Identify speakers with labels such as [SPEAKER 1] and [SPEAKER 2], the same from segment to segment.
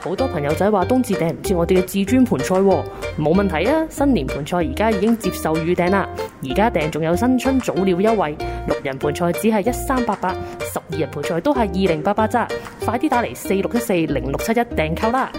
[SPEAKER 1] 好多朋友仔話冬至訂唔切我哋嘅至尊盤菜喎，冇問題啊！新年盤菜而家已經接受預訂啦，而家訂仲有新春早鳥優惠，六人盤菜只係一三八八，十二人盤菜都係二零八八咋，快啲打嚟四六一四零六七一訂購啦！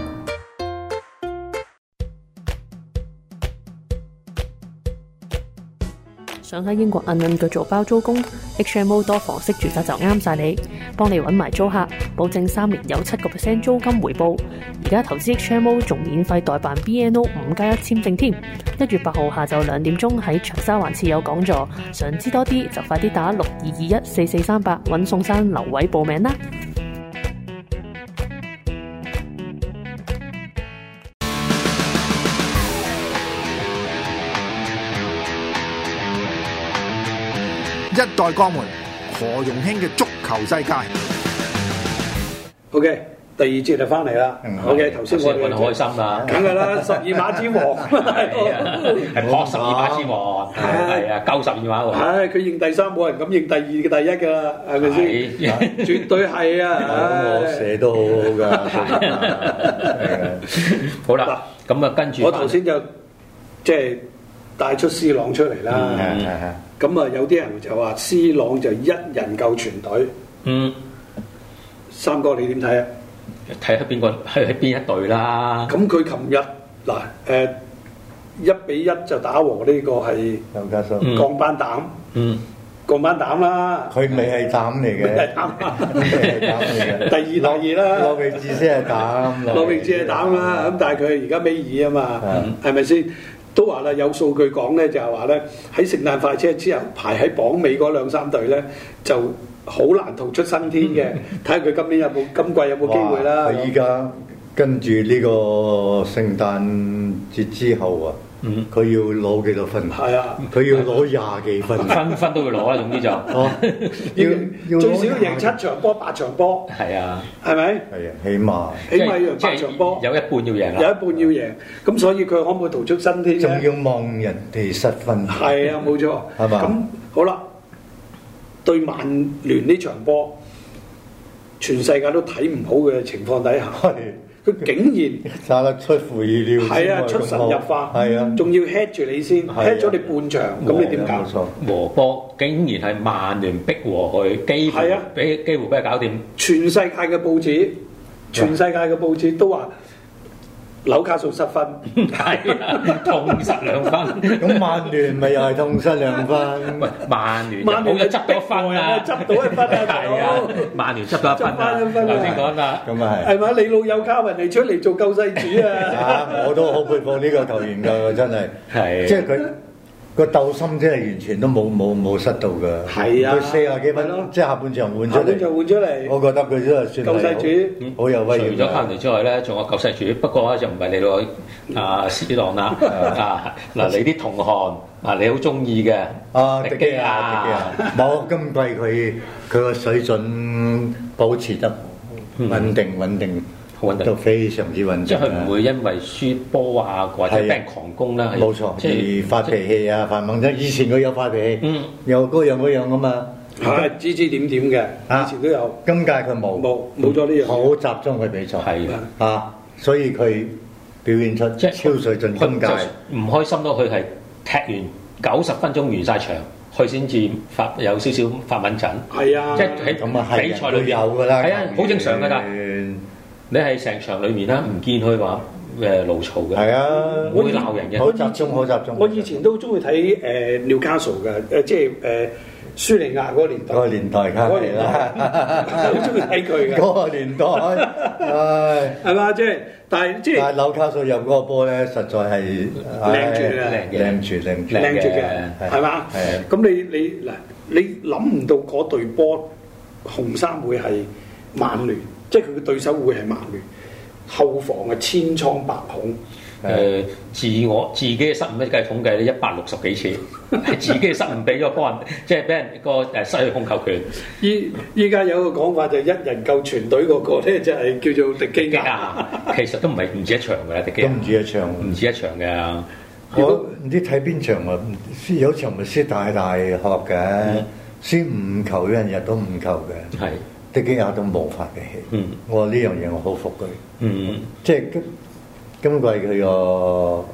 [SPEAKER 1] 想喺英國摁摁腳做包租公，HMO 多房式住宅就啱晒你，幫你揾埋租客，保證三年有七個 percent 租金回報。而家投資 HMO 仲免費代辦 BNO 五加一簽證添。一月八號下晝兩點鐘喺長沙灣設有講座，想知多啲就快啲打六二二一四四三八揾宋生劉偉報名啦。
[SPEAKER 2] 一代鋼門何容興嘅足球世界。
[SPEAKER 3] OK，第二節就翻嚟啦
[SPEAKER 2] 嗯。
[SPEAKER 3] OK，頭先
[SPEAKER 4] 頭
[SPEAKER 3] 我
[SPEAKER 4] 先
[SPEAKER 3] 哋哦
[SPEAKER 4] 揾得開心啊啦，
[SPEAKER 3] 梗係啦，十二碼之王。啊
[SPEAKER 4] 係搏
[SPEAKER 3] 哦
[SPEAKER 4] 十二碼之王，係啊，夠十二碼 喎，
[SPEAKER 3] 唉，佢認第三冇人敢認第二嘅第一㗎啦，係咪
[SPEAKER 4] 係
[SPEAKER 3] 先？絕對係 啊！
[SPEAKER 5] 哎我
[SPEAKER 3] 唉
[SPEAKER 5] 寫都好好㗎，
[SPEAKER 4] 好啦，咁啊跟住
[SPEAKER 3] 我頭先就即係帶出 C 朗出嚟
[SPEAKER 4] 嗯
[SPEAKER 3] 啦。咁啊，有啲人就話 C 朗就一人救全隊。
[SPEAKER 4] 嗯
[SPEAKER 3] 三哥你點睇啊？
[SPEAKER 4] 睇下邊個係喺邊一隊啦，
[SPEAKER 3] 咁佢琴日嗱誒一比一就打和呢個係
[SPEAKER 5] 劉家秀，
[SPEAKER 4] 嗯
[SPEAKER 3] 降班膽，
[SPEAKER 4] 嗯
[SPEAKER 3] 降班膽 啦。
[SPEAKER 5] 佢未係膽嚟 嘅，
[SPEAKER 3] 係膽
[SPEAKER 5] 未係膽 嚟嘅。
[SPEAKER 3] 第二第二啦
[SPEAKER 5] 諾維治先係膽，
[SPEAKER 3] 羅永志係膽啦，咁但係佢而家尾二啊嘛，係咪先？都話啦，有數據講咧，就係話咧喺聖誕快車之後排喺榜尾嗰兩三隊咧，就好難逃出生天嘅。睇下佢今年有冇今季有冇機會啦
[SPEAKER 5] 哇。佢依家跟住呢個聖誕節之後啊，
[SPEAKER 4] 嗯，
[SPEAKER 5] 佢要攞幾多分？
[SPEAKER 3] 係啊，
[SPEAKER 5] 佢要攞廿幾分。啊
[SPEAKER 4] 分分都會攞啦，總之就
[SPEAKER 5] 哦，要要
[SPEAKER 3] 最少贏
[SPEAKER 5] 廿幾
[SPEAKER 3] 七場波、八場波，
[SPEAKER 4] 係啊，
[SPEAKER 3] 係咪？
[SPEAKER 5] 係啊，起碼
[SPEAKER 3] 起碼要贏
[SPEAKER 4] 即
[SPEAKER 3] 八
[SPEAKER 4] 係
[SPEAKER 3] 場波，有
[SPEAKER 4] 有一半要贏
[SPEAKER 3] 一半要
[SPEAKER 4] 啦，
[SPEAKER 3] 贏。咁所以佢可唔可以逃出生天
[SPEAKER 5] 仲
[SPEAKER 3] 咧？
[SPEAKER 5] 要望人哋失分。
[SPEAKER 3] 係啊，冇錯。
[SPEAKER 5] 係嘛
[SPEAKER 3] 咁好啦，對曼聯呢場波，全世界都睇唔好嘅情況底 下。
[SPEAKER 5] 係
[SPEAKER 3] 佢竟
[SPEAKER 5] 打得出乎意料
[SPEAKER 3] 然
[SPEAKER 5] 之外
[SPEAKER 3] 係啊
[SPEAKER 5] 咁
[SPEAKER 3] 出神入化，
[SPEAKER 5] 好係啊，
[SPEAKER 3] 仲要 hit 住你先
[SPEAKER 5] 係啊
[SPEAKER 3] ，hit 咗你半場，咁你點搞
[SPEAKER 5] 冇？錯
[SPEAKER 4] 和波竟然係曼聯逼和佢，幾乎
[SPEAKER 3] 係啊
[SPEAKER 4] 俾幾乎俾佢搞掂，
[SPEAKER 3] 全世界嘅報紙，全世界嘅報紙都話紐卡素失分，
[SPEAKER 4] 係啊，痛失兩分。
[SPEAKER 5] 咁曼聯咪又係痛失兩 分，
[SPEAKER 4] 喂，曼聯
[SPEAKER 3] 曼
[SPEAKER 4] 曼
[SPEAKER 3] 聯
[SPEAKER 4] 聯
[SPEAKER 3] 就
[SPEAKER 4] 就執到一分啦，
[SPEAKER 3] 執到一分啊大佬
[SPEAKER 4] 係啊，曼聯執到一分
[SPEAKER 3] 執翻一分
[SPEAKER 4] 啦，
[SPEAKER 3] 啊
[SPEAKER 4] 頭先講啦，
[SPEAKER 5] 咁啊係。
[SPEAKER 3] 係咪？你老友卡文尼出嚟做救世主啊！
[SPEAKER 5] 啊！我都好佩服呢個球員㗎，真係，
[SPEAKER 4] 係
[SPEAKER 5] 即係佢個鬥心真係完全都冇冇冇失到㗎。
[SPEAKER 3] 係啊
[SPEAKER 5] 佢四廿幾
[SPEAKER 3] 係咯
[SPEAKER 5] 分，即係下半場換出
[SPEAKER 3] 後邊就
[SPEAKER 5] 嚟，
[SPEAKER 3] 啊換出嚟，
[SPEAKER 5] 我覺得佢都係算
[SPEAKER 3] 救世
[SPEAKER 5] 係好好有威
[SPEAKER 4] 除
[SPEAKER 5] 脅啊
[SPEAKER 4] 咗卡
[SPEAKER 5] 㗎。
[SPEAKER 4] 尼之外咧，仲有救世主，不過咧就唔係你老啊 C 朗啦，啊嗱你啲同行啊你好中意嘅
[SPEAKER 5] 啊，迪
[SPEAKER 4] 迪
[SPEAKER 5] 基
[SPEAKER 4] 基
[SPEAKER 5] 亞，迪基
[SPEAKER 4] à.
[SPEAKER 5] 亞，冇今季佢佢個水準保持得穩定穩定，
[SPEAKER 4] 好嗯穩定
[SPEAKER 5] 都非常之穩定啊。
[SPEAKER 4] 即係佢唔會因為輸波啊或者
[SPEAKER 5] 係啊
[SPEAKER 4] 俾人狂攻啦，係
[SPEAKER 5] 冇錯，
[SPEAKER 4] 即
[SPEAKER 5] 而發脾氣啊，發猛啫。以前佢有發脾氣，
[SPEAKER 4] 嗯
[SPEAKER 5] 有嗰樣嗰樣噶嘛。
[SPEAKER 3] 係指指點點
[SPEAKER 5] 啊
[SPEAKER 3] 嘅，以前都有
[SPEAKER 5] 今屆佢冇，
[SPEAKER 3] 冇冇咗呢樣嘢
[SPEAKER 5] 好集中去比賽，
[SPEAKER 4] 係
[SPEAKER 5] 啊，所以佢表現出
[SPEAKER 4] 即係
[SPEAKER 5] 超水準。今屆
[SPEAKER 4] 佢就唔開心咯，佢係踢完九十分鐘完晒場，佢先至發有少少發敏陣。
[SPEAKER 3] 係啊
[SPEAKER 4] 即，係
[SPEAKER 5] 咁啊，係
[SPEAKER 4] 喺比賽裏
[SPEAKER 5] 人都
[SPEAKER 4] 邊
[SPEAKER 5] 有㗎啦，
[SPEAKER 4] 係啊，好正常㗎啦。
[SPEAKER 5] 嗯
[SPEAKER 4] 你係成場裏面啦，唔見佢話誒怒嘈嘅，
[SPEAKER 5] 係啊，
[SPEAKER 4] 唔會鬧人嘅。
[SPEAKER 5] 好集中，好集中。
[SPEAKER 3] 我以前都中意睇誒紐卡素嘅，誒呃即係誒舒利亞嗰個年代
[SPEAKER 5] 嗰。個年代梗
[SPEAKER 3] 嗰個
[SPEAKER 5] 係
[SPEAKER 3] 年代
[SPEAKER 5] 啦，
[SPEAKER 3] 好中意睇佢嘅，
[SPEAKER 5] 嗰個年代，唉，
[SPEAKER 3] 係嘛？即係，但係即係
[SPEAKER 5] 但係紐卡素入嗰個波咧，實在係唉
[SPEAKER 3] 靚住啊
[SPEAKER 5] 靚住靚住。
[SPEAKER 3] 靚住嘅
[SPEAKER 5] 係，
[SPEAKER 3] 係嘛
[SPEAKER 5] 係？啊
[SPEAKER 3] 咁你你嗱，你諗唔到嗰隊波紅衫會係曼聯，即係佢嘅對手會係曼聯，後防係千瘡百孔。
[SPEAKER 4] 誒、自我自己嘅失誤咧，計統計咧一百六十幾次， 係自己嘅失誤俾咗幫人，即係俾人個誒失去控球 權。
[SPEAKER 3] 依依家有個講法就係一人救全隊嗰個咧，就係叫做迪基亞。
[SPEAKER 4] 啊，其實都唔係唔止一場嘅，迪基
[SPEAKER 5] 都
[SPEAKER 4] 亞
[SPEAKER 5] 唔止一場，
[SPEAKER 4] 唔止一場嘅。
[SPEAKER 5] 我唔知睇邊場啊！輸有場咪輸大大學嘅，輸五球有人入到五球嘅，
[SPEAKER 4] 係
[SPEAKER 5] 的經有一種無法嘅氣。
[SPEAKER 4] 嗯
[SPEAKER 5] 我呢樣嘢我好服佢，
[SPEAKER 4] 嗯
[SPEAKER 5] 即係今今季佢個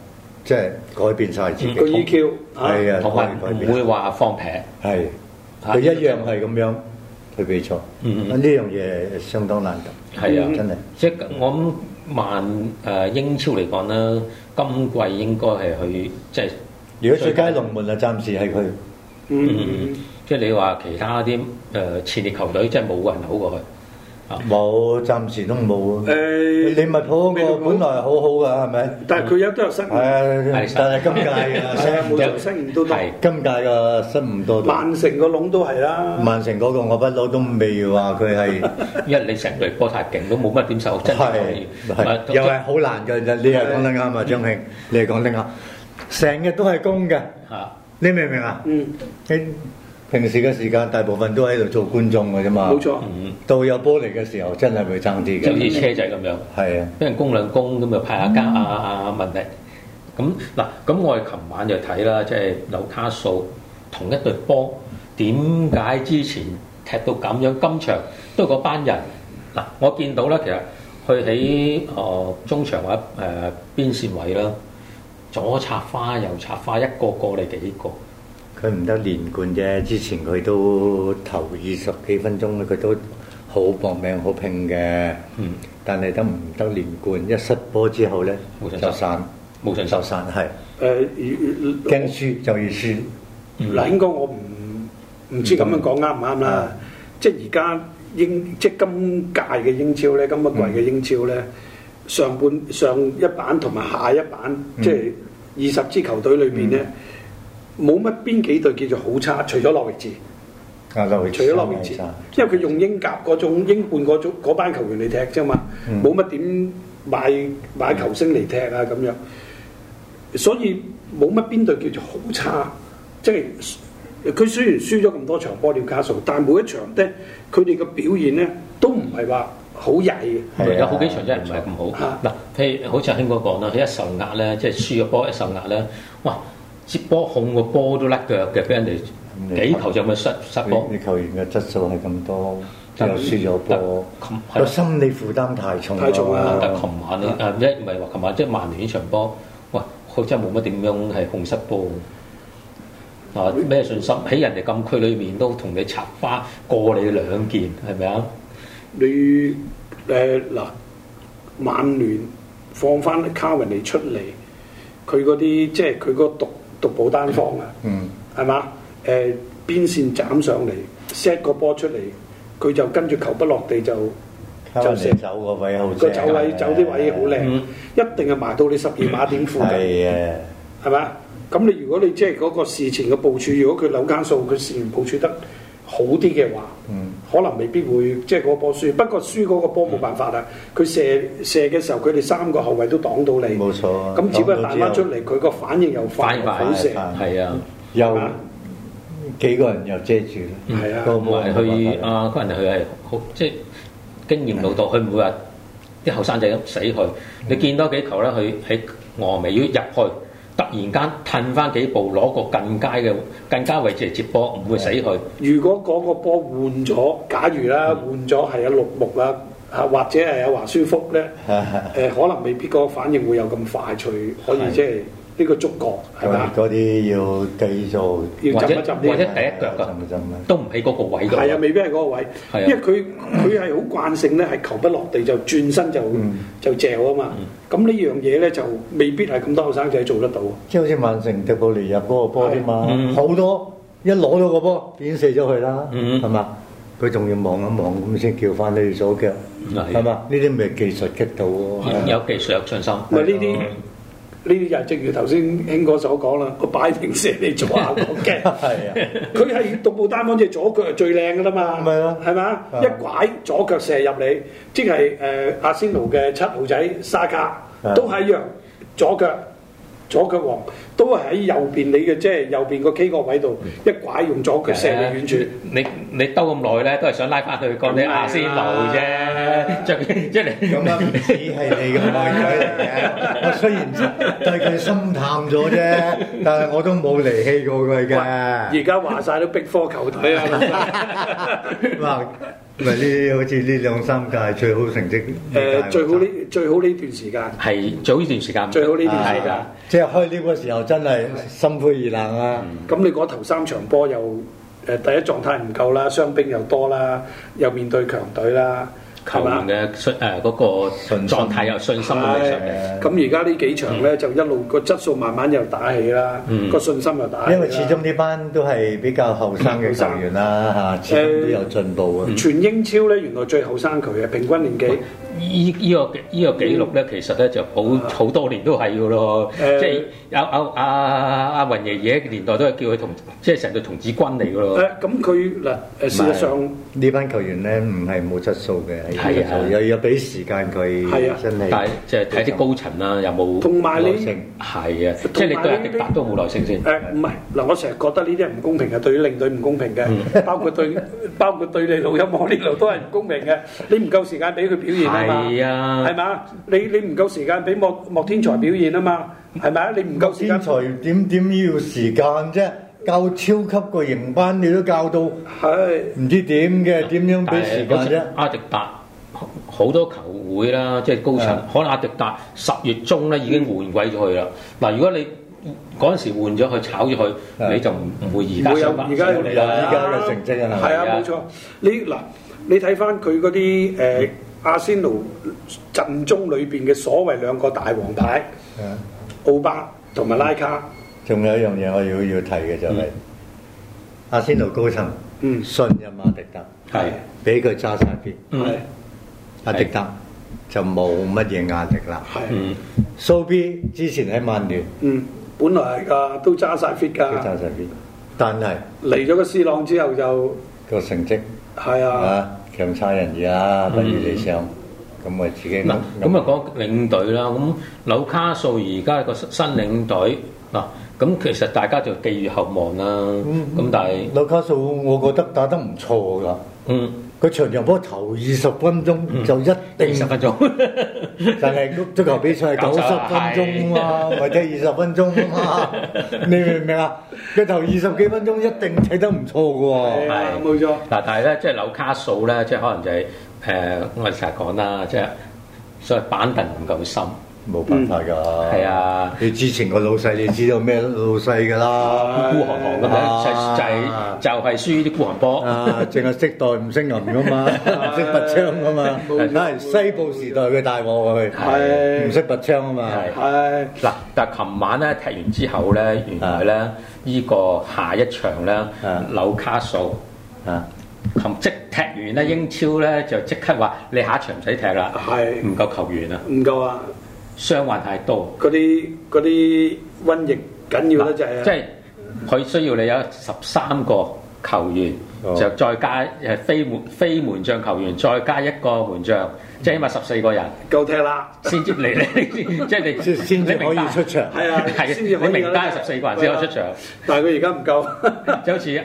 [SPEAKER 5] 即係改變晒自己。
[SPEAKER 3] 嗯個 EQ 啊
[SPEAKER 5] 係啊，
[SPEAKER 4] 同埋
[SPEAKER 5] 改
[SPEAKER 4] 唔
[SPEAKER 5] 變
[SPEAKER 4] 會話放平。
[SPEAKER 5] 係
[SPEAKER 4] 啊
[SPEAKER 5] 佢一樣係咁樣去比賽。
[SPEAKER 4] 嗯嗯
[SPEAKER 5] 呢樣嘢相當難得。
[SPEAKER 4] 係啊，
[SPEAKER 5] 嗯真係
[SPEAKER 4] 即係我諗萬誒、呃英超嚟講啦，今季應該係去即係
[SPEAKER 5] 如果最佳龍門啊，暫時係佢。
[SPEAKER 3] 嗯，
[SPEAKER 4] 即係你話其他啲誒、呃前列球隊真係冇人好過佢。
[SPEAKER 5] 冇，暫時都冇。
[SPEAKER 3] 誒
[SPEAKER 5] 利物浦
[SPEAKER 3] 利物
[SPEAKER 5] 嗰個
[SPEAKER 3] 浦
[SPEAKER 5] 本來好好㗎，係咪？
[SPEAKER 3] 但係佢有都有失
[SPEAKER 5] 係
[SPEAKER 3] 誤，
[SPEAKER 5] 啊
[SPEAKER 4] 係，
[SPEAKER 5] 但係今屆 啊，
[SPEAKER 3] 係啊，
[SPEAKER 5] 失
[SPEAKER 3] 每
[SPEAKER 5] 誤
[SPEAKER 3] 場失誤都多。
[SPEAKER 4] 係
[SPEAKER 5] 今屆嘅失誤多咗。
[SPEAKER 3] 曼城個籠都係啦，
[SPEAKER 5] 曼城嗰個我不嬲都未話佢係
[SPEAKER 4] 因為你成隊波太勁，都冇乜點受，真係可以
[SPEAKER 5] 係啊係又係好難嘅。你係講得啱啊，張慶，你係講得啱。成日都係攻嘅，
[SPEAKER 4] 嚇
[SPEAKER 5] 你明唔明啊？
[SPEAKER 3] 嗯，
[SPEAKER 5] 你平時嘅時間大部分都喺度做觀眾嘅啫嘛。
[SPEAKER 3] 冇。錯，
[SPEAKER 4] 嗯，
[SPEAKER 5] 到有波嚟嘅時候，真係會爭啲
[SPEAKER 4] 就好似
[SPEAKER 5] 嘅。
[SPEAKER 4] 車仔咁樣，
[SPEAKER 5] 係啊，
[SPEAKER 4] 俾人攻兩攻咁就派下家啊啊問題。咁嗱，咁我哋琴晚就睇啦，即係紐卡素同一隊波，點解之前踢到咁樣，今場都係嗰班人嗱，我見到啦，其實佢喺誒中場或者誒、呃、邊線位啦，左插花右插花，一個個嚟幾個，
[SPEAKER 5] 佢唔得連貫啫。之前佢都頭二十幾分鐘，佢都好搏命、好拼嘅。
[SPEAKER 4] 嗯，
[SPEAKER 5] 但係都唔得連貫，一失波之後咧
[SPEAKER 4] 冇信心
[SPEAKER 5] 就散，
[SPEAKER 4] 冇信心
[SPEAKER 5] 就。散係
[SPEAKER 3] 誒，
[SPEAKER 5] 驚輸就要輸。
[SPEAKER 3] 嗱，應該我唔唔知咁樣講啱唔啱啦
[SPEAKER 5] 嗯。
[SPEAKER 3] 即係而家英即係今屆嘅英超咧，今一季嘅英超咧，上半上一版同埋下一版，
[SPEAKER 5] 嗯
[SPEAKER 3] 即係二十支球隊裏邊咧，冇乜邊幾隊叫做好差，除咗諾維治，
[SPEAKER 5] 啊，落
[SPEAKER 3] 除咗諾維治，因為佢用英甲嗰種英冠嗰種嗰班球員嚟踢啫嘛
[SPEAKER 5] 嗯，
[SPEAKER 3] 冇乜點買買球星嚟踢啊咁樣。所以冇乜邊隊叫做好差，即係佢雖然輸咗咁多場波了加數，但每一場咧佢哋嘅表現咧都唔係話好曳嘅。
[SPEAKER 5] 係啊
[SPEAKER 4] 有好幾場真係唔係咁
[SPEAKER 3] 啊
[SPEAKER 4] 好。嗱，譬如好似阿興哥講啦，佢一受壓咧，即係輸咗波一受壓咧，哇！接波控個波都甩腳嘅，俾人哋幾
[SPEAKER 5] 嗯
[SPEAKER 4] 球就咁樣失失波。
[SPEAKER 5] 你球員嘅質素係咁多，又
[SPEAKER 4] 但
[SPEAKER 5] 輸咗波
[SPEAKER 4] 但琴，係
[SPEAKER 5] 個心理負擔太重啦
[SPEAKER 3] 太重啦
[SPEAKER 4] 但琴晚咧，
[SPEAKER 5] 嗯
[SPEAKER 4] 啊一唔係話琴晚，即係曼聯呢場波，哇！佢真係冇乜點樣係控失波。啊！咩信心喺人哋禁區裏面都同你插花過你兩件，係咪啊？
[SPEAKER 3] 你誒嗱、曼聯放翻卡文尼出嚟，佢嗰啲即係佢個獨獨步單防啊，
[SPEAKER 5] 嗯，
[SPEAKER 3] 係嘛？誒、邊線斬上嚟，set 個波出嚟，佢就跟住球不落地就
[SPEAKER 5] 卡文尼
[SPEAKER 3] 射
[SPEAKER 5] 走個位好
[SPEAKER 3] 個
[SPEAKER 5] 正，啊
[SPEAKER 3] 走位走啲位好靚，
[SPEAKER 4] 嗯
[SPEAKER 3] 一定係埋到你十二碼點附近。
[SPEAKER 5] 係啊，
[SPEAKER 3] 係咪啊？咁你如果你即係嗰個事前嘅部署，如果佢扭間數，佢事前部署得好啲嘅話，
[SPEAKER 5] 嗯
[SPEAKER 3] 可能未必會即係嗰個波輸。不過輸嗰個波冇辦法啦，
[SPEAKER 5] 嗯
[SPEAKER 3] 佢射射嘅時候，佢哋三個後衞都擋到你，
[SPEAKER 5] 冇錯啊
[SPEAKER 3] 咁只不過彈
[SPEAKER 5] 擋到之後
[SPEAKER 3] 翻出嚟，佢個反應又快，
[SPEAKER 4] 快
[SPEAKER 3] 又
[SPEAKER 4] 快
[SPEAKER 3] 好射。
[SPEAKER 5] 快
[SPEAKER 4] 係啊！
[SPEAKER 5] 又
[SPEAKER 3] 啊
[SPEAKER 5] 幾個人又遮住啦，
[SPEAKER 3] 係啊
[SPEAKER 5] 個
[SPEAKER 4] 同
[SPEAKER 5] 冇
[SPEAKER 4] 埋
[SPEAKER 5] 人
[SPEAKER 4] 佢
[SPEAKER 5] 辦法
[SPEAKER 4] 啊，嗰人佢係好即係經驗老道，佢唔會話啲後生仔咁死佢。
[SPEAKER 3] 嗯
[SPEAKER 4] 你見到幾球咧，佢喺俄尾要入去，突然間褪翻幾步，攞個更佳嘅更加位置嚟接波，唔會死佢。
[SPEAKER 3] 如果嗰個波換咗，假如啦
[SPEAKER 5] 嗯
[SPEAKER 3] 換咗係阿綠木啦，啊或者係阿華舒福咧，誒、
[SPEAKER 5] 嗯
[SPEAKER 3] 可能未必個反應會有咁快脆，可以
[SPEAKER 4] 係
[SPEAKER 3] 即係呢個觸覺係咪
[SPEAKER 5] 嗰
[SPEAKER 3] 啊
[SPEAKER 5] 嗰啲要繼續
[SPEAKER 3] 要
[SPEAKER 4] 或
[SPEAKER 3] 浸
[SPEAKER 4] 者
[SPEAKER 3] 一浸啲
[SPEAKER 4] 或者第一腳㗎
[SPEAKER 5] 浸一浸啊
[SPEAKER 4] 都唔喺嗰個位度。
[SPEAKER 3] 係啊，未必係嗰個位，
[SPEAKER 4] 係啊
[SPEAKER 3] 因為佢佢係好慣性咧，係球不落地就轉身就、
[SPEAKER 4] 嗯
[SPEAKER 3] 就嚼啊嘛。咁呢樣嘢咧就未必係咁多後生仔做得到。
[SPEAKER 4] 啊
[SPEAKER 5] 即係好似曼城迪布尼入嗰個波啫嘛
[SPEAKER 4] 嗯，
[SPEAKER 5] 好多一攞到個波已經射咗佢啦，
[SPEAKER 4] 嗯
[SPEAKER 5] 係嘛？佢仲要望一望咁先叫翻你左腳，
[SPEAKER 4] 係
[SPEAKER 5] 係嘛？呢啲咪技術擊到
[SPEAKER 4] 有
[SPEAKER 5] 咯。
[SPEAKER 4] 有技術有信心。
[SPEAKER 3] 咪呢啲
[SPEAKER 4] 嗯
[SPEAKER 3] 呢啲就係正如頭先興哥所講啦，個擺停射你左下角嘅。
[SPEAKER 5] 係啊，
[SPEAKER 3] 佢係獨步單方隻左腳係最靚噶啦嘛，
[SPEAKER 5] 咪咯
[SPEAKER 3] 係嘛？
[SPEAKER 5] 啊
[SPEAKER 3] 一拐左腳射入你，即係誒阿仙奴嘅七號仔沙卡
[SPEAKER 5] 啊
[SPEAKER 3] 都係一樣，左腳左腳王都係喺右邊你嘅，即係右邊個 K 個位
[SPEAKER 5] 嗯
[SPEAKER 3] 度一拐用左腳射你遠處。
[SPEAKER 4] 啊你你兜咁耐咧，都係想拉翻去個你阿仙奴 啫，最即係你
[SPEAKER 5] 咁啊，唔止係你嘅愛仔 嚟嘅。我雖然對佢心淡咗啫，但係我都冇離棄過佢
[SPEAKER 3] 而
[SPEAKER 5] 嘅。
[SPEAKER 3] 啊
[SPEAKER 5] 啊
[SPEAKER 3] 家話晒都逼科球隊啊！
[SPEAKER 5] 哇！唔係呢，好似呢兩三屆最好成績。
[SPEAKER 3] 誒呃最好呢最好呢段時間，
[SPEAKER 4] 係早呢段時間唔得，
[SPEAKER 3] 最好呢段時間
[SPEAKER 5] 啊。即係開呢個時候真係心灰意冷啊！
[SPEAKER 3] 咁你嗰頭三場波又誒、第一狀態唔夠啦，傷兵又多啦，又面對強隊啦，係啊
[SPEAKER 4] 球
[SPEAKER 3] 嘛
[SPEAKER 4] 員？嘅信誒嗰個
[SPEAKER 5] 信心
[SPEAKER 4] 狀態有信心都未上嚟。
[SPEAKER 3] 係咁而家呢幾場咧，就一路個質素慢慢又打起啦，
[SPEAKER 4] 嗯
[SPEAKER 3] 個信心又打起啦。
[SPEAKER 5] 因為始終呢班都係比較後生嘅球員啦，嚇，始終都有進步啊。
[SPEAKER 3] 全英超咧，原來最後生佢嘅平均年紀。
[SPEAKER 4] 依依個依個記錄咧，其實咧就好好多年都係嘅咯，
[SPEAKER 3] 誒
[SPEAKER 4] 即係有阿阿阿雲爺爺年代都係叫佢童，即係成隊童子軍嚟嘅咯。
[SPEAKER 3] 誒咁佢嗱誒事實上
[SPEAKER 5] 呢班球員咧唔係冇質素嘅，係有質素
[SPEAKER 4] 係啊
[SPEAKER 5] 又要俾時間佢
[SPEAKER 3] 係啊，
[SPEAKER 5] 真係。
[SPEAKER 4] 但係即係睇啲高層啦，有冇
[SPEAKER 3] 同埋
[SPEAKER 5] 耐
[SPEAKER 3] 你
[SPEAKER 5] 性
[SPEAKER 4] 係啊，即係你對阿迪達都冇耐性先。
[SPEAKER 3] 誒唔係嗱，我成日覺得呢啲係唔公平嘅，對於領隊唔公平嘅，包括對包括對你老友我呢度都係唔公平嘅。你唔夠時間俾佢表現啊嘛，
[SPEAKER 4] 係啊
[SPEAKER 3] 係嘛？你你唔夠時間俾莫莫天才表現啊嘛，係咪啊？你唔夠時間
[SPEAKER 5] 天。才點點要時間啫？教超級個營班你都教到唔
[SPEAKER 3] 係
[SPEAKER 5] 知點嘅，點樣俾時間
[SPEAKER 4] 但係
[SPEAKER 5] 啫
[SPEAKER 4] 好似？阿迪達好好多球會啦，即係高層
[SPEAKER 5] 嗯，
[SPEAKER 4] 可能阿迪達十月中咧已經換鬼咗佢啦。嗱，如果你嗰陣時換咗佢炒咗佢，
[SPEAKER 5] 嗯
[SPEAKER 4] 你就唔唔會而
[SPEAKER 3] 唔
[SPEAKER 4] 家
[SPEAKER 3] 會有
[SPEAKER 4] 想法
[SPEAKER 3] 而家
[SPEAKER 4] 上
[SPEAKER 3] 有
[SPEAKER 4] 嚟
[SPEAKER 5] 有而
[SPEAKER 4] 啦。
[SPEAKER 5] 家嘅成績啊係咪
[SPEAKER 3] 係啊，冇錯。你嗱，你睇翻佢嗰啲誒阿仙奴呃陣中裏邊嘅所謂兩個大王牌，
[SPEAKER 5] 啊
[SPEAKER 3] 奧巴同埋拉卡，
[SPEAKER 5] 仲有一樣嘢我要要提嘅就
[SPEAKER 4] 嗯
[SPEAKER 5] 係阿仙奴高層
[SPEAKER 3] 嗯，
[SPEAKER 5] 信任阿迪達，
[SPEAKER 4] 係
[SPEAKER 5] 俾佢揸晒邊，
[SPEAKER 3] 係
[SPEAKER 4] 嗯
[SPEAKER 5] 阿迪達就冇乜嘢壓力啦。
[SPEAKER 3] 係，
[SPEAKER 4] 嗯，
[SPEAKER 5] 蘇 B 之前喺曼聯
[SPEAKER 3] 嗯，本來啊都揸晒 fit
[SPEAKER 5] 都揸
[SPEAKER 3] 㗎，
[SPEAKER 5] 晒邊，但係
[SPEAKER 3] 嚟咗個 C 朗之後就
[SPEAKER 5] 個成績
[SPEAKER 3] 係啊，
[SPEAKER 5] 啊強差人意啊，不如理想。咁我自己
[SPEAKER 4] 嗯嗱，咁啊講領隊啦，咁紐卡素而家個新新領隊嗱，咁其實大家就寄予厚望啦。咁但係，
[SPEAKER 5] 紐卡素，我覺得打得唔錯㗎。
[SPEAKER 4] 嗯，
[SPEAKER 5] 佢長場波頭二十分鐘就一
[SPEAKER 4] 二
[SPEAKER 5] 定，
[SPEAKER 4] 十分 鐘，
[SPEAKER 5] 但係足球比賽係九
[SPEAKER 4] 九
[SPEAKER 5] 十
[SPEAKER 4] 十
[SPEAKER 5] 分鐘啊嘛，唔係踢二十分鐘 啊嘛，你明唔明啊？佢頭二十幾分鐘一定睇得唔錯嘅
[SPEAKER 3] 係
[SPEAKER 5] 喎，
[SPEAKER 3] 啊，冇錯，
[SPEAKER 4] 嗱，但係咧，即係紐卡素咧，即係可能就係、誒，我哋成日講啦，即係所謂板凳唔夠深，
[SPEAKER 5] 冇辦法㗎。
[SPEAKER 4] 係啊，
[SPEAKER 5] 你之前個老細你知道咩老細㗎啦，
[SPEAKER 4] 孤寒寒咁樣，就就係就係輸啲孤寒波。
[SPEAKER 5] 啊，淨係識代唔識銀㗎 嘛，唔識拔槍㗎嘛，
[SPEAKER 3] 冇錯
[SPEAKER 5] 係西部時代嘅大鑊啊佢，
[SPEAKER 3] 係
[SPEAKER 5] 唔識拔槍啊嘛，
[SPEAKER 4] 係
[SPEAKER 3] 係
[SPEAKER 4] 嗱，但係琴晚咧踢完之後咧，原來咧呢個下一場咧
[SPEAKER 5] 啊，
[SPEAKER 4] 紐卡素。
[SPEAKER 5] 啊，
[SPEAKER 4] 琴即踢完
[SPEAKER 5] 嗯
[SPEAKER 4] 咧，英超咧就即刻話你下一場唔使踢啦，
[SPEAKER 3] 係
[SPEAKER 4] 唔夠球員啊，
[SPEAKER 3] 唔夠啊！
[SPEAKER 4] 傷患太多。
[SPEAKER 3] 嗰啲嗰啲瘟疫
[SPEAKER 5] 啊
[SPEAKER 3] 緊要咧啊就
[SPEAKER 4] 即
[SPEAKER 3] 係
[SPEAKER 4] 係佢需要你有十三個球員，
[SPEAKER 5] 哦
[SPEAKER 4] 就再加誒非門非門將球員，再加一個門將，即係起碼十四個人
[SPEAKER 3] 夠踢啦，
[SPEAKER 4] 先接你你 即係你
[SPEAKER 5] 先先至
[SPEAKER 4] 你明
[SPEAKER 5] 可以
[SPEAKER 4] 白
[SPEAKER 5] 出場。
[SPEAKER 3] 係啊，
[SPEAKER 4] 係
[SPEAKER 3] 先至可以
[SPEAKER 4] 你名單
[SPEAKER 3] 啦
[SPEAKER 4] 十四個人先可以出場，
[SPEAKER 3] 但係佢而啊家唔 夠。
[SPEAKER 4] 就好似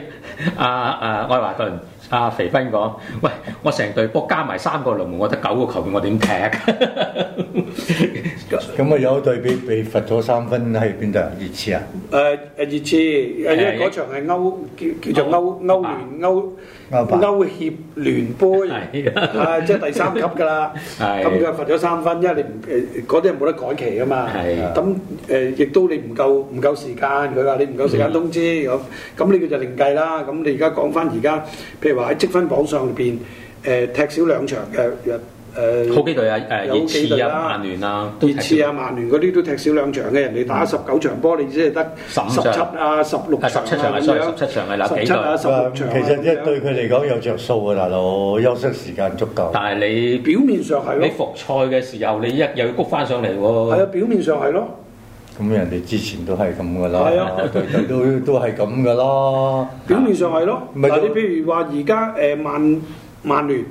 [SPEAKER 4] 阿阿愛華頓。阿、肥斌講：，喂，我成隊波加埋三個龍門，我得九個球員，我點踢？啊
[SPEAKER 5] 咁啊有對比被罰咗三分係邊度啊？熱刺啊？
[SPEAKER 3] 誒誒熱刺，因為
[SPEAKER 4] 係啊
[SPEAKER 3] 嗰場係歐叫叫做歐歐聯歐
[SPEAKER 5] 歐霸
[SPEAKER 3] 歐協聯杯，
[SPEAKER 4] 係
[SPEAKER 3] 啊即係第三級㗎啦。
[SPEAKER 4] 係
[SPEAKER 3] 咁佢罰咗三分，因為你唔誒嗰啲係冇得改期㗎嘛。
[SPEAKER 4] 係啊
[SPEAKER 3] 咁誒，亦都你唔夠唔夠時間，佢話你唔夠時
[SPEAKER 4] 嗯
[SPEAKER 3] 間通知咁，咁呢個就另計啦。咁你而家講翻而家，譬如話喺積分榜上邊誒踢少兩場嘅誒
[SPEAKER 4] 好幾隊啊，誒
[SPEAKER 3] 有
[SPEAKER 4] 熱
[SPEAKER 3] 幾隊
[SPEAKER 4] 刺
[SPEAKER 3] 啦
[SPEAKER 4] 啊、曼聯啊，都
[SPEAKER 3] 熱
[SPEAKER 4] 踢
[SPEAKER 3] 刺啊、曼聯嗰啲都踢少兩場嘅，人哋打十九場波，你只係得
[SPEAKER 4] 15
[SPEAKER 3] 十七
[SPEAKER 4] 場
[SPEAKER 3] 啊、十六
[SPEAKER 4] 啊
[SPEAKER 3] 場
[SPEAKER 4] 17場
[SPEAKER 3] 啊
[SPEAKER 4] 啊
[SPEAKER 3] 咁
[SPEAKER 4] ，sorry，
[SPEAKER 3] 樣，
[SPEAKER 4] 17場係嗱幾
[SPEAKER 3] 17啊、
[SPEAKER 4] 隊
[SPEAKER 3] 十六
[SPEAKER 5] 其
[SPEAKER 3] 場啊
[SPEAKER 5] 實
[SPEAKER 3] 咁樣
[SPEAKER 5] 一對佢嚟講有着數啊，大佬休息時間足夠。
[SPEAKER 4] 但係你
[SPEAKER 3] 表面上係
[SPEAKER 4] 你
[SPEAKER 3] 咯，
[SPEAKER 4] 復賽嘅時候，你一又要谷翻上嚟
[SPEAKER 3] 係啊，
[SPEAKER 4] 喎。
[SPEAKER 3] 表面上係咯，
[SPEAKER 5] 咁人哋之前都係咁噶
[SPEAKER 3] 係啊
[SPEAKER 5] 啦，對對 都都係咁噶啦。
[SPEAKER 3] 表面上係咯。
[SPEAKER 5] 唔係
[SPEAKER 3] 嗱，
[SPEAKER 5] 就
[SPEAKER 3] 你譬如話而家誒曼曼聯，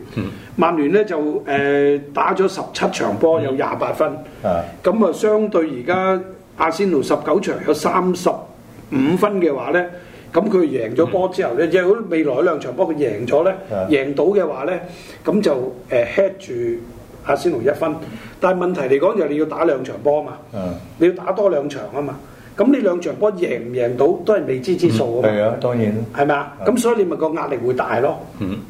[SPEAKER 3] 曼聯咧就誒打咗十七場波，有廿八分，
[SPEAKER 5] 啊，
[SPEAKER 3] 咁啊相對而家阿仙奴十九場有三十五分嘅話咧。咁佢贏咗波之後咧，即係好似未來嗰兩場波佢贏咗咧，
[SPEAKER 5] 係
[SPEAKER 3] 贏到嘅話咧，咁就誒 head 住阿仙奴一分。但係問題嚟講就係你要打兩場波嘛，
[SPEAKER 5] 嗯，
[SPEAKER 3] 你要打多兩場啊嘛。咁呢兩場波贏唔贏到都係未知之數啊嘛，
[SPEAKER 5] 係啊，當然啦。
[SPEAKER 3] 係咪啊？咁所以你咪個壓力會大咯，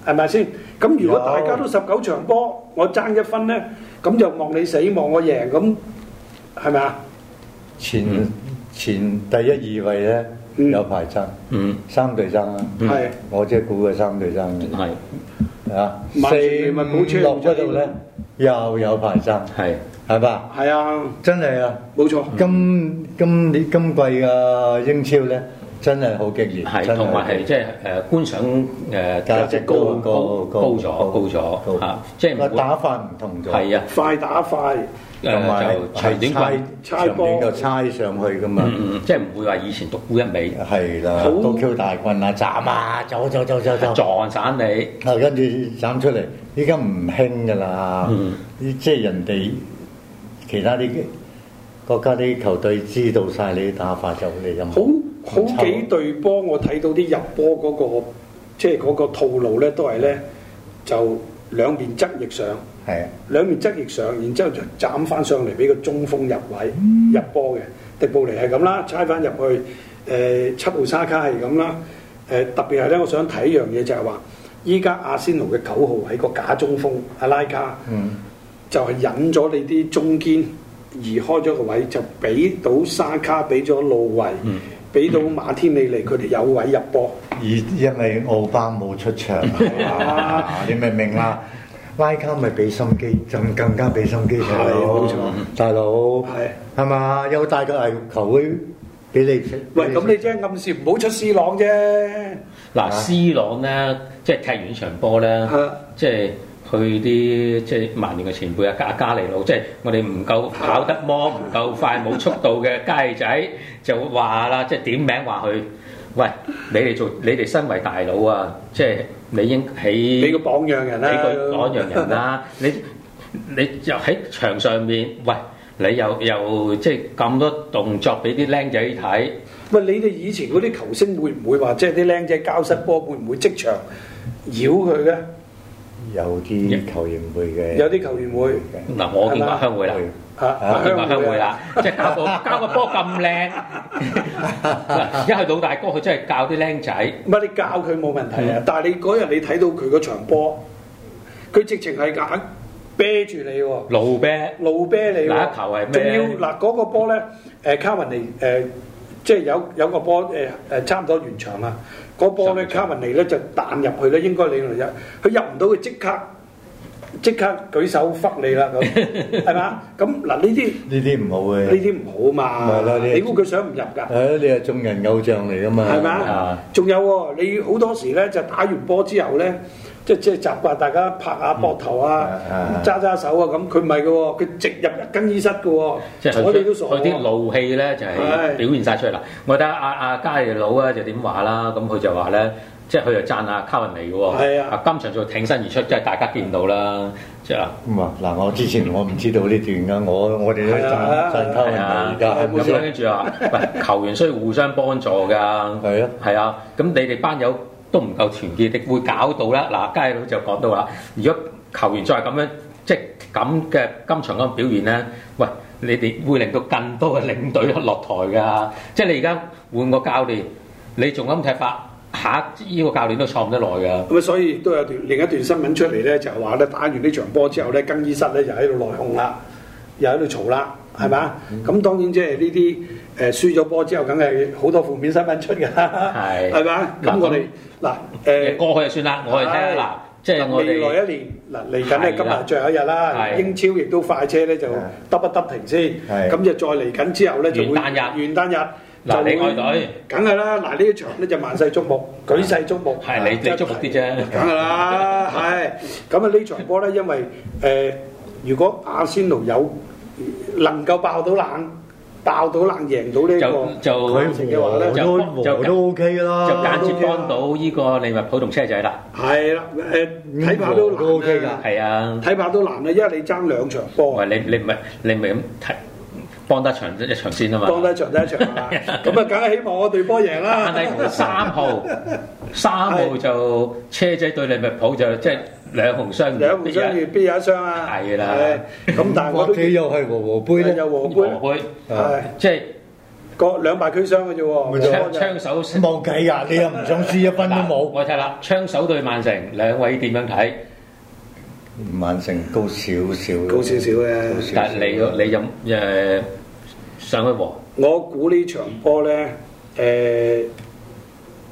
[SPEAKER 3] 係咪先？咁如果大家都十九場波，我爭一分咧，咁就望你死望我贏，咁係咪啊？
[SPEAKER 5] 前前第一二位咧
[SPEAKER 3] 嗯
[SPEAKER 5] 有排爭，
[SPEAKER 4] 嗯，
[SPEAKER 5] 三對爭啦。
[SPEAKER 4] 嗯
[SPEAKER 3] 係
[SPEAKER 5] 我即係估嘅三對爭嘅
[SPEAKER 4] 係
[SPEAKER 5] 啊，四
[SPEAKER 3] 嗯萬全利物浦
[SPEAKER 5] 五六嗰度咧又有排爭，
[SPEAKER 4] 係
[SPEAKER 5] 係嘛？
[SPEAKER 3] 係啊，
[SPEAKER 5] 真係啊！
[SPEAKER 3] 冇錯。
[SPEAKER 5] 今今年今季嘅英超咧，真係好激烈，
[SPEAKER 4] 係，
[SPEAKER 5] 真
[SPEAKER 4] 同埋係即係誒觀賞誒價值高高高咗高咗嚇，即係唔
[SPEAKER 5] 個
[SPEAKER 4] 會
[SPEAKER 5] 打法唔同咗，
[SPEAKER 4] 係啊
[SPEAKER 3] 快打快，
[SPEAKER 5] 同埋
[SPEAKER 4] 誒就隨
[SPEAKER 5] 係
[SPEAKER 4] 便
[SPEAKER 5] 猜
[SPEAKER 4] 棍，
[SPEAKER 3] 猜波
[SPEAKER 5] 就猜上去噶嘛。
[SPEAKER 4] 嗯嗯，即係唔會話以前獨沽一味
[SPEAKER 5] 係啦，
[SPEAKER 3] 好
[SPEAKER 5] 都 Q 大棍啊，斬啊，走走走走走，
[SPEAKER 4] 撞散你，
[SPEAKER 5] 啊跟住斬出嚟，依家唔興噶啦
[SPEAKER 4] 嗯，
[SPEAKER 5] 依即係人哋其他啲國家啲球隊知道晒你啲打法就你咁，
[SPEAKER 3] 好好幾隊波我睇到啲入波嗰、個即係嗰個套路咧，都係咧就兩邊側翼上，
[SPEAKER 5] 係啊，
[SPEAKER 3] 兩邊側翼上，然之後就斬翻上嚟俾個中鋒入位
[SPEAKER 4] 嗯
[SPEAKER 3] 入波嘅。迪布尼係咁啦，猜翻入去。誒、七號沙卡係咁啦。誒、特別係咧，我想睇一樣嘢就係話，依家阿仙奴嘅九號係個假中鋒阿拉卡。
[SPEAKER 5] 嗯，
[SPEAKER 3] 就係引咗你啲中堅移開咗個位，就俾到沙卡，俾咗路維，
[SPEAKER 4] 嗯
[SPEAKER 3] 俾到馬天利嚟，佢哋有位入波。
[SPEAKER 5] 而因為奧巴冇出 場啊，你明唔明啊？拉卡咪俾心機，就更加俾心機大佬，
[SPEAKER 3] 係冇錯
[SPEAKER 5] 大佬
[SPEAKER 3] 係
[SPEAKER 5] 係嘛？有帶個球球會俾你，
[SPEAKER 3] 喂，咁你即係暗示唔好出 C 朗啫。
[SPEAKER 4] 嗯嗱，C 朗咧，即係踢完呢場波咧
[SPEAKER 3] 係，
[SPEAKER 4] 即係去啲即係曼聯嘅前輩啊，加加利路，即係我哋唔夠跑得摩，唔夠快，冇速度嘅街 仔就話啦，即係點名話佢，喂，你哋做你哋身為大佬啊，即係你應喺
[SPEAKER 3] 俾個榜樣人啦，
[SPEAKER 4] 俾佢講樣人 啦，你你就喺場上面，喂，你又又即係咁多動作俾啲僆仔睇，
[SPEAKER 3] 喂，你哋以前嗰啲球星會唔會話，即係啲僆仔交失波，會唔會即場繞佢嘅？
[SPEAKER 5] 有啲球員會嘅，
[SPEAKER 3] 有啲球員會
[SPEAKER 5] 嘅
[SPEAKER 4] 嗱，我見話香會啦。
[SPEAKER 3] 嚇、
[SPEAKER 5] 啊
[SPEAKER 3] 阿
[SPEAKER 4] 佢話
[SPEAKER 3] 香
[SPEAKER 4] 香
[SPEAKER 3] 會
[SPEAKER 4] 會
[SPEAKER 3] 啊，
[SPEAKER 4] 啦，即係教 個教個波咁靚，一係老大哥佢真係教啲僆仔，
[SPEAKER 3] 唔係你教佢冇問題啊，但係你嗰日你睇到佢嗰場波，佢直情係硬啤住你喎。
[SPEAKER 4] 路啤
[SPEAKER 3] 路啤你喎
[SPEAKER 4] 嗱一球係咩咧
[SPEAKER 3] 仲要嗱嗰、個波咧，誒、卡文尼誒、即係有有個波誒誒差唔多完場啦。嗰波咧，卡文尼咧就彈入去咧，應該你嚟入，佢入唔到佢即刻即刻舉手忽你啦咁， 係嘛？咁嗱呢啲
[SPEAKER 5] 呢啲唔好嘅。
[SPEAKER 3] 呢啲唔好
[SPEAKER 5] 咪係
[SPEAKER 3] 嘛
[SPEAKER 5] 咯，呢啲
[SPEAKER 3] 你估佢想唔入㗎？
[SPEAKER 5] 誒，你係眾人偶像嚟噶嘛？
[SPEAKER 3] 係咪
[SPEAKER 5] 啊
[SPEAKER 3] 啊？仲有喎，你好多時咧就打完波之後咧，即係即係習慣大家拍下膊頭啊
[SPEAKER 5] 嗯、
[SPEAKER 3] 揸揸手啊咁，佢唔係嘅喎，佢直入一更衣室嘅喎
[SPEAKER 4] 即係，佢
[SPEAKER 3] 我哋都傻啊
[SPEAKER 4] 佢啲
[SPEAKER 3] 喎。
[SPEAKER 4] 怒氣咧就係
[SPEAKER 3] 係
[SPEAKER 4] 表現晒出嚟啦。我覺得阿阿加利佬啊就點話啦，咁佢就話咧，即係佢就讚阿卡文尼嘅喎，
[SPEAKER 3] 係啊
[SPEAKER 4] 今場就挺身而出，即係大家見到啦，即係
[SPEAKER 5] 咁啊，嗱，我之前我唔知道呢段噶，我我哋都
[SPEAKER 3] 係啊
[SPEAKER 5] 贊贊溝
[SPEAKER 4] 係
[SPEAKER 5] 人
[SPEAKER 4] 啊
[SPEAKER 5] 而，家係咪
[SPEAKER 4] 咁樣
[SPEAKER 5] 先？
[SPEAKER 4] 跟住話，喂，球員需要互相幫助㗎。
[SPEAKER 5] 係啊，
[SPEAKER 4] 係啊，咁你哋班友都唔夠團結，你會搞到啦。嗱，佳佬就講到啦，如果球員再係咁樣，即係咁嘅今場嗰個表現咧，喂，你哋會令到更多嘅領隊落台㗎。即係你而家換個教練，你仲咁踢法，下呢個教練都錯唔得耐㗎。
[SPEAKER 3] 咁啊，所以都有段另一段新聞出嚟咧，就係話咧打完呢場波之後咧，更衣室咧就喺度內訌啦，又喺度嘈啦，係咪啊？咁當然即係呢啲誒輸咗波之後，梗係好多負面新聞出㗎，
[SPEAKER 4] 係
[SPEAKER 3] 係咪啊？
[SPEAKER 4] 嗱
[SPEAKER 3] 咁我哋嗱誒。
[SPEAKER 4] 過去就算啦，我哋聽
[SPEAKER 3] 係
[SPEAKER 4] 嗱，即係我
[SPEAKER 3] 未來
[SPEAKER 4] 哋
[SPEAKER 3] 一年嗱嚟緊咧，
[SPEAKER 4] 係啦
[SPEAKER 3] 今日最後一日啦，
[SPEAKER 4] 係
[SPEAKER 3] 英超亦都快車咧就
[SPEAKER 5] 係
[SPEAKER 3] 得不得停先，
[SPEAKER 5] 係
[SPEAKER 3] 咁就再嚟緊之後咧就會
[SPEAKER 4] 元旦日
[SPEAKER 3] 元旦日就
[SPEAKER 4] 嗱，
[SPEAKER 3] 會
[SPEAKER 4] 你愛隊
[SPEAKER 3] 梗係啦，嗱呢一場咧就萬世矚目，舉世矚目，
[SPEAKER 4] 係你你祝福啲 啫。
[SPEAKER 3] 梗係啦，係咁啊！呢場波咧，因為誒、呃如果阿仙奴有能夠爆到冷，爆到冷贏到呢、
[SPEAKER 4] 就
[SPEAKER 3] 個，
[SPEAKER 4] 就
[SPEAKER 5] 佢和都
[SPEAKER 4] 就
[SPEAKER 5] 和都 OK 啦，
[SPEAKER 4] 就間接
[SPEAKER 3] 啊
[SPEAKER 4] 幫到呢個利物浦同車仔啦。
[SPEAKER 3] 係啦誒睇怕都
[SPEAKER 5] 和都
[SPEAKER 3] 難
[SPEAKER 5] OK
[SPEAKER 3] 啦，
[SPEAKER 5] 㗎，
[SPEAKER 4] 係啊，
[SPEAKER 3] 睇怕都難啦，因為你爭兩場波
[SPEAKER 4] 喂，。哦你你唔係你唔係咁睇幫得場一場先啊嘛。
[SPEAKER 3] 當得場得一場 啦，咁啊，梗係希望我隊波贏
[SPEAKER 4] 但
[SPEAKER 3] 啦。
[SPEAKER 4] 係三號三號就車仔對利物浦就即係兩紅相遇，
[SPEAKER 3] 兩紅相遇必有一傷啊！
[SPEAKER 4] 係啦
[SPEAKER 3] 係咁但係我
[SPEAKER 5] 或
[SPEAKER 3] 都
[SPEAKER 5] 者又係和和杯咧，
[SPEAKER 3] 有和
[SPEAKER 4] 和
[SPEAKER 3] 杯，
[SPEAKER 4] 杯，
[SPEAKER 5] 啊
[SPEAKER 3] 係
[SPEAKER 4] 即係
[SPEAKER 3] 個兩敗俱傷嘅啫
[SPEAKER 5] 咪
[SPEAKER 3] 喎。
[SPEAKER 5] 就
[SPEAKER 3] 我
[SPEAKER 4] 槍
[SPEAKER 3] 就
[SPEAKER 4] 槍手
[SPEAKER 5] 冇計啊㗎，你又唔想輸一分都
[SPEAKER 4] 嗱
[SPEAKER 5] 冇。
[SPEAKER 4] 我睇啦，槍手對曼城，兩位點樣睇？
[SPEAKER 5] 曼城高少少，
[SPEAKER 3] 高少少嘅
[SPEAKER 5] 高少少
[SPEAKER 4] 但係你你有誒上去和，
[SPEAKER 3] 我估呢場波咧，誒、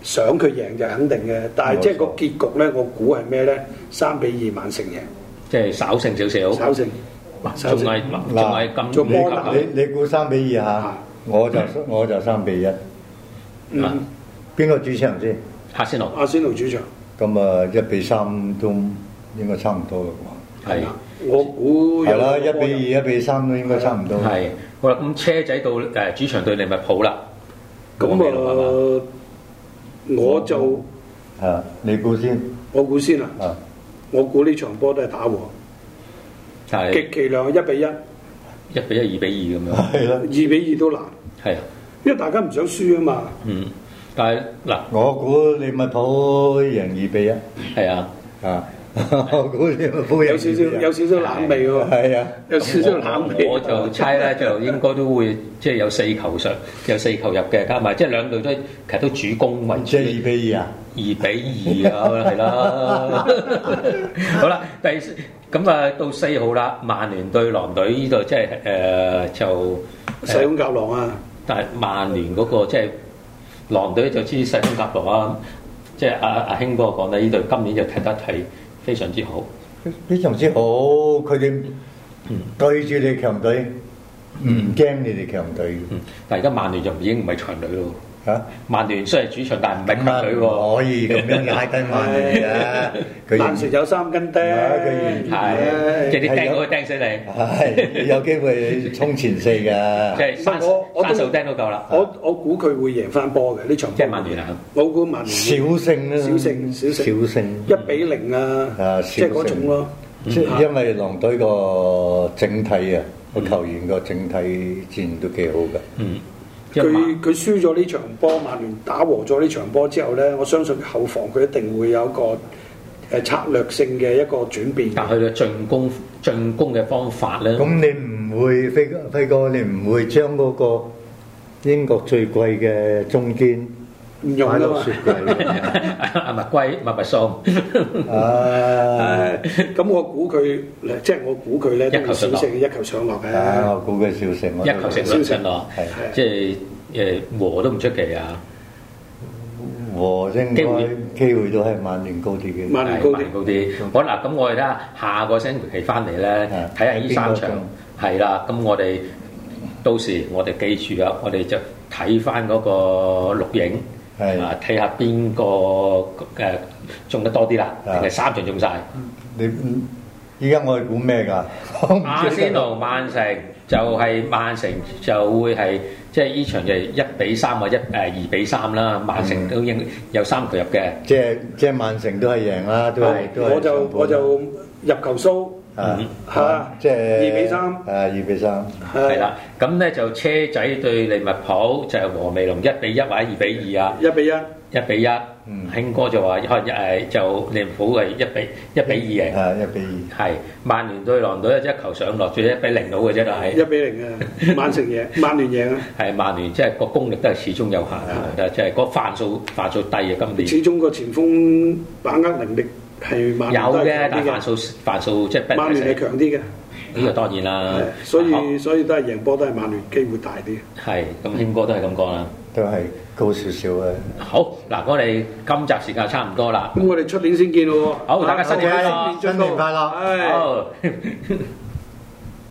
[SPEAKER 3] 想佢贏就肯定嘅，但係即係個
[SPEAKER 5] 冇錯
[SPEAKER 3] 結局咧，我估係咩咧？三比二曼城贏，
[SPEAKER 4] 即係稍勝少少。
[SPEAKER 3] 首勝。
[SPEAKER 4] 仲係仲係咁
[SPEAKER 3] 做波
[SPEAKER 4] 咁
[SPEAKER 3] 男
[SPEAKER 5] 你你估三比二嚇
[SPEAKER 3] 啊？
[SPEAKER 5] 我就我就三比一。
[SPEAKER 4] 啊
[SPEAKER 3] 嗯，
[SPEAKER 5] 邊個主場先？
[SPEAKER 4] 黑仙奴
[SPEAKER 3] 阿仙奴主場
[SPEAKER 5] 咁啊，一比三都應該差唔多啦
[SPEAKER 4] 係
[SPEAKER 3] 嘛我估
[SPEAKER 5] 啩。
[SPEAKER 3] 有
[SPEAKER 5] 係啦，一
[SPEAKER 3] 個波入
[SPEAKER 5] 比二、一比三都應該差唔多。
[SPEAKER 4] 係好啦，咁車仔到誒主場對利物浦啦，
[SPEAKER 3] 咁
[SPEAKER 4] 講咩咯係嘛
[SPEAKER 3] 啊，我就
[SPEAKER 5] 啊，你估先
[SPEAKER 3] 我估先啦，
[SPEAKER 5] 啊？
[SPEAKER 3] 我估呢場波都係打和，
[SPEAKER 4] 但係
[SPEAKER 3] 極其量一比一、二
[SPEAKER 4] 一比一、二比二咁樣，
[SPEAKER 5] 係啦，
[SPEAKER 3] 比二都難，
[SPEAKER 4] 係啊，
[SPEAKER 3] 因為大家唔想輸啊嘛。
[SPEAKER 4] 嗯，但係嗱
[SPEAKER 5] 我估利物浦贏二比一
[SPEAKER 4] 係啊，
[SPEAKER 5] 啊！ 我估利物浦贏
[SPEAKER 3] 有少少有少少冷味喎，
[SPEAKER 5] 係啊，
[SPEAKER 3] 有少少冷味。
[SPEAKER 4] 我我就猜咧，就應該都會即係有四球上，有四球入嘅，加埋即係兩隊都其實都主攻為主
[SPEAKER 5] 即。係二比二啊！
[SPEAKER 4] 二比二啊，係啦。好啦，第四咁啊，到四號啦，曼聯對狼隊呢度即係誒就
[SPEAKER 3] 細勇夾狼啊！
[SPEAKER 4] 但係曼聯嗰、個即係狼隊就知細分甲羅啦，啊即係阿阿興哥講咧，呢隊今年就踢得係非常之好，
[SPEAKER 5] 非常之好，佢哋對住你強隊，唔驚你哋強隊
[SPEAKER 4] 嗯，但係而家曼聯就已經唔係強隊咯，
[SPEAKER 5] 嚇。
[SPEAKER 4] 曼聯雖然主場，但係唔係
[SPEAKER 5] 咁
[SPEAKER 4] 強
[SPEAKER 5] 啊，
[SPEAKER 4] 隊
[SPEAKER 5] 唔
[SPEAKER 4] 喎。
[SPEAKER 5] 可以咁樣踩低曼聯啊！佢
[SPEAKER 3] 但食有三斤釘，
[SPEAKER 5] 唔係佢
[SPEAKER 4] 係，即係
[SPEAKER 5] 係
[SPEAKER 4] 啲釘
[SPEAKER 5] 有
[SPEAKER 4] 嗰個釘死你，
[SPEAKER 5] 係有機會衝前四
[SPEAKER 4] 即
[SPEAKER 5] 㗎。
[SPEAKER 4] 係山
[SPEAKER 3] 我我都
[SPEAKER 4] 山手釘都夠啦，
[SPEAKER 3] 我我估佢會贏翻波嘅呢場波。
[SPEAKER 4] 即係曼聯啊，
[SPEAKER 3] 我估曼聯
[SPEAKER 5] 小勝啦，
[SPEAKER 3] 小勝小勝
[SPEAKER 5] 小勝。
[SPEAKER 3] 一比零啊
[SPEAKER 5] 啊，，
[SPEAKER 3] 即係嗰種咯。
[SPEAKER 5] 即係因為狼隊個整體啊，個球員個整體戰都幾好㗎。
[SPEAKER 4] 嗯，因為
[SPEAKER 3] 佢
[SPEAKER 4] 曼
[SPEAKER 3] 佢輸咗呢場波，曼聯打和咗呢場波之後咧，我相信後防佢一定會有一個誒策略性嘅一個轉變。
[SPEAKER 4] 但係佢嘅進攻進攻嘅方法 咧，
[SPEAKER 5] 咁你唔會飛哥飛哥，你唔會將嗰個英國最貴嘅中堅
[SPEAKER 3] 唔用
[SPEAKER 5] 擺
[SPEAKER 3] 㗎
[SPEAKER 5] 落
[SPEAKER 3] 嘛
[SPEAKER 5] 雪櫃？
[SPEAKER 4] 阿麥龜麥麥松
[SPEAKER 5] À, 啊！
[SPEAKER 3] 咁我估佢，即係我估佢咧都會小勝一球上落
[SPEAKER 5] 啊！
[SPEAKER 3] 嘅。
[SPEAKER 5] 我估佢小勝，我
[SPEAKER 4] 一
[SPEAKER 5] 都
[SPEAKER 4] 球成
[SPEAKER 5] 覺
[SPEAKER 4] 兩
[SPEAKER 5] 得
[SPEAKER 4] 勝咯
[SPEAKER 5] 係，
[SPEAKER 4] 即係誒和都唔出奇啊！
[SPEAKER 5] 和應
[SPEAKER 4] 機
[SPEAKER 5] 該
[SPEAKER 4] 會
[SPEAKER 5] 機會都係曼聯高啲嘅。
[SPEAKER 3] 曼聯高啲
[SPEAKER 4] 係高啲。好嗱，咁我哋睇下下個星期翻嚟咧
[SPEAKER 5] 啊，
[SPEAKER 4] 睇下呢三
[SPEAKER 5] 邊個
[SPEAKER 4] 場
[SPEAKER 5] 中
[SPEAKER 4] 係啦。咁我哋到時我哋記住啊，我哋就睇翻嗰個錄影，
[SPEAKER 5] 係
[SPEAKER 4] 啊睇下邊個誒中得多啲啦，定
[SPEAKER 5] 啊
[SPEAKER 4] 係三場中晒。
[SPEAKER 5] 你依家我係估咩㗎？我唔記得
[SPEAKER 4] 阿仙奴、曼城就係曼城就會係即係呢場就係一比三或一誒二比三啦。曼城都應有三球入嘅。
[SPEAKER 5] 即係即係曼城都係贏啦，都係都係
[SPEAKER 3] 我就
[SPEAKER 5] 上盤
[SPEAKER 3] 我就入球數
[SPEAKER 5] 啊
[SPEAKER 3] À, 嚇
[SPEAKER 5] 即係
[SPEAKER 3] 二比三
[SPEAKER 5] 啊，二比三。
[SPEAKER 4] 係啦，咁咧就車仔對利物浦就係和味龍一比一或者二比二啊，
[SPEAKER 3] 一比一。
[SPEAKER 4] 一比一。
[SPEAKER 5] 嗯
[SPEAKER 4] 興哥就話可能誒就利物浦係一比一比二贏，
[SPEAKER 5] 啊，一
[SPEAKER 3] 嗯
[SPEAKER 5] 比
[SPEAKER 4] 係曼聯對狼隊一球上落，最一比零到嘅啫，但
[SPEAKER 3] 一
[SPEAKER 4] 係
[SPEAKER 3] 比零啊！曼城贏，曼聯贏啊！
[SPEAKER 4] 係曼聯即係個功力都係始終有限啊，我覺得即係嗰範數範數低啊，今年
[SPEAKER 3] 嗯始終個前鋒把握能力係曼聯
[SPEAKER 4] 有
[SPEAKER 3] 都係強
[SPEAKER 4] 嘅，但係
[SPEAKER 3] 啲
[SPEAKER 4] 範數範數即係
[SPEAKER 3] 嘅，
[SPEAKER 4] 不
[SPEAKER 3] 曼聯係強啲嘅，
[SPEAKER 4] 呢個當然啦
[SPEAKER 3] 係，所以
[SPEAKER 4] 好
[SPEAKER 3] 所以都係贏波都係曼聯機會大啲。
[SPEAKER 4] 係咁興哥都係咁講啦。
[SPEAKER 5] 二都係高少少嘅。
[SPEAKER 4] 好嗱，我哋今集時間差唔多啦。
[SPEAKER 3] 咁我哋出年先見咯喎。
[SPEAKER 4] 好大家新年快樂
[SPEAKER 3] 新年
[SPEAKER 5] 新年快樂
[SPEAKER 3] 係
[SPEAKER 4] 好。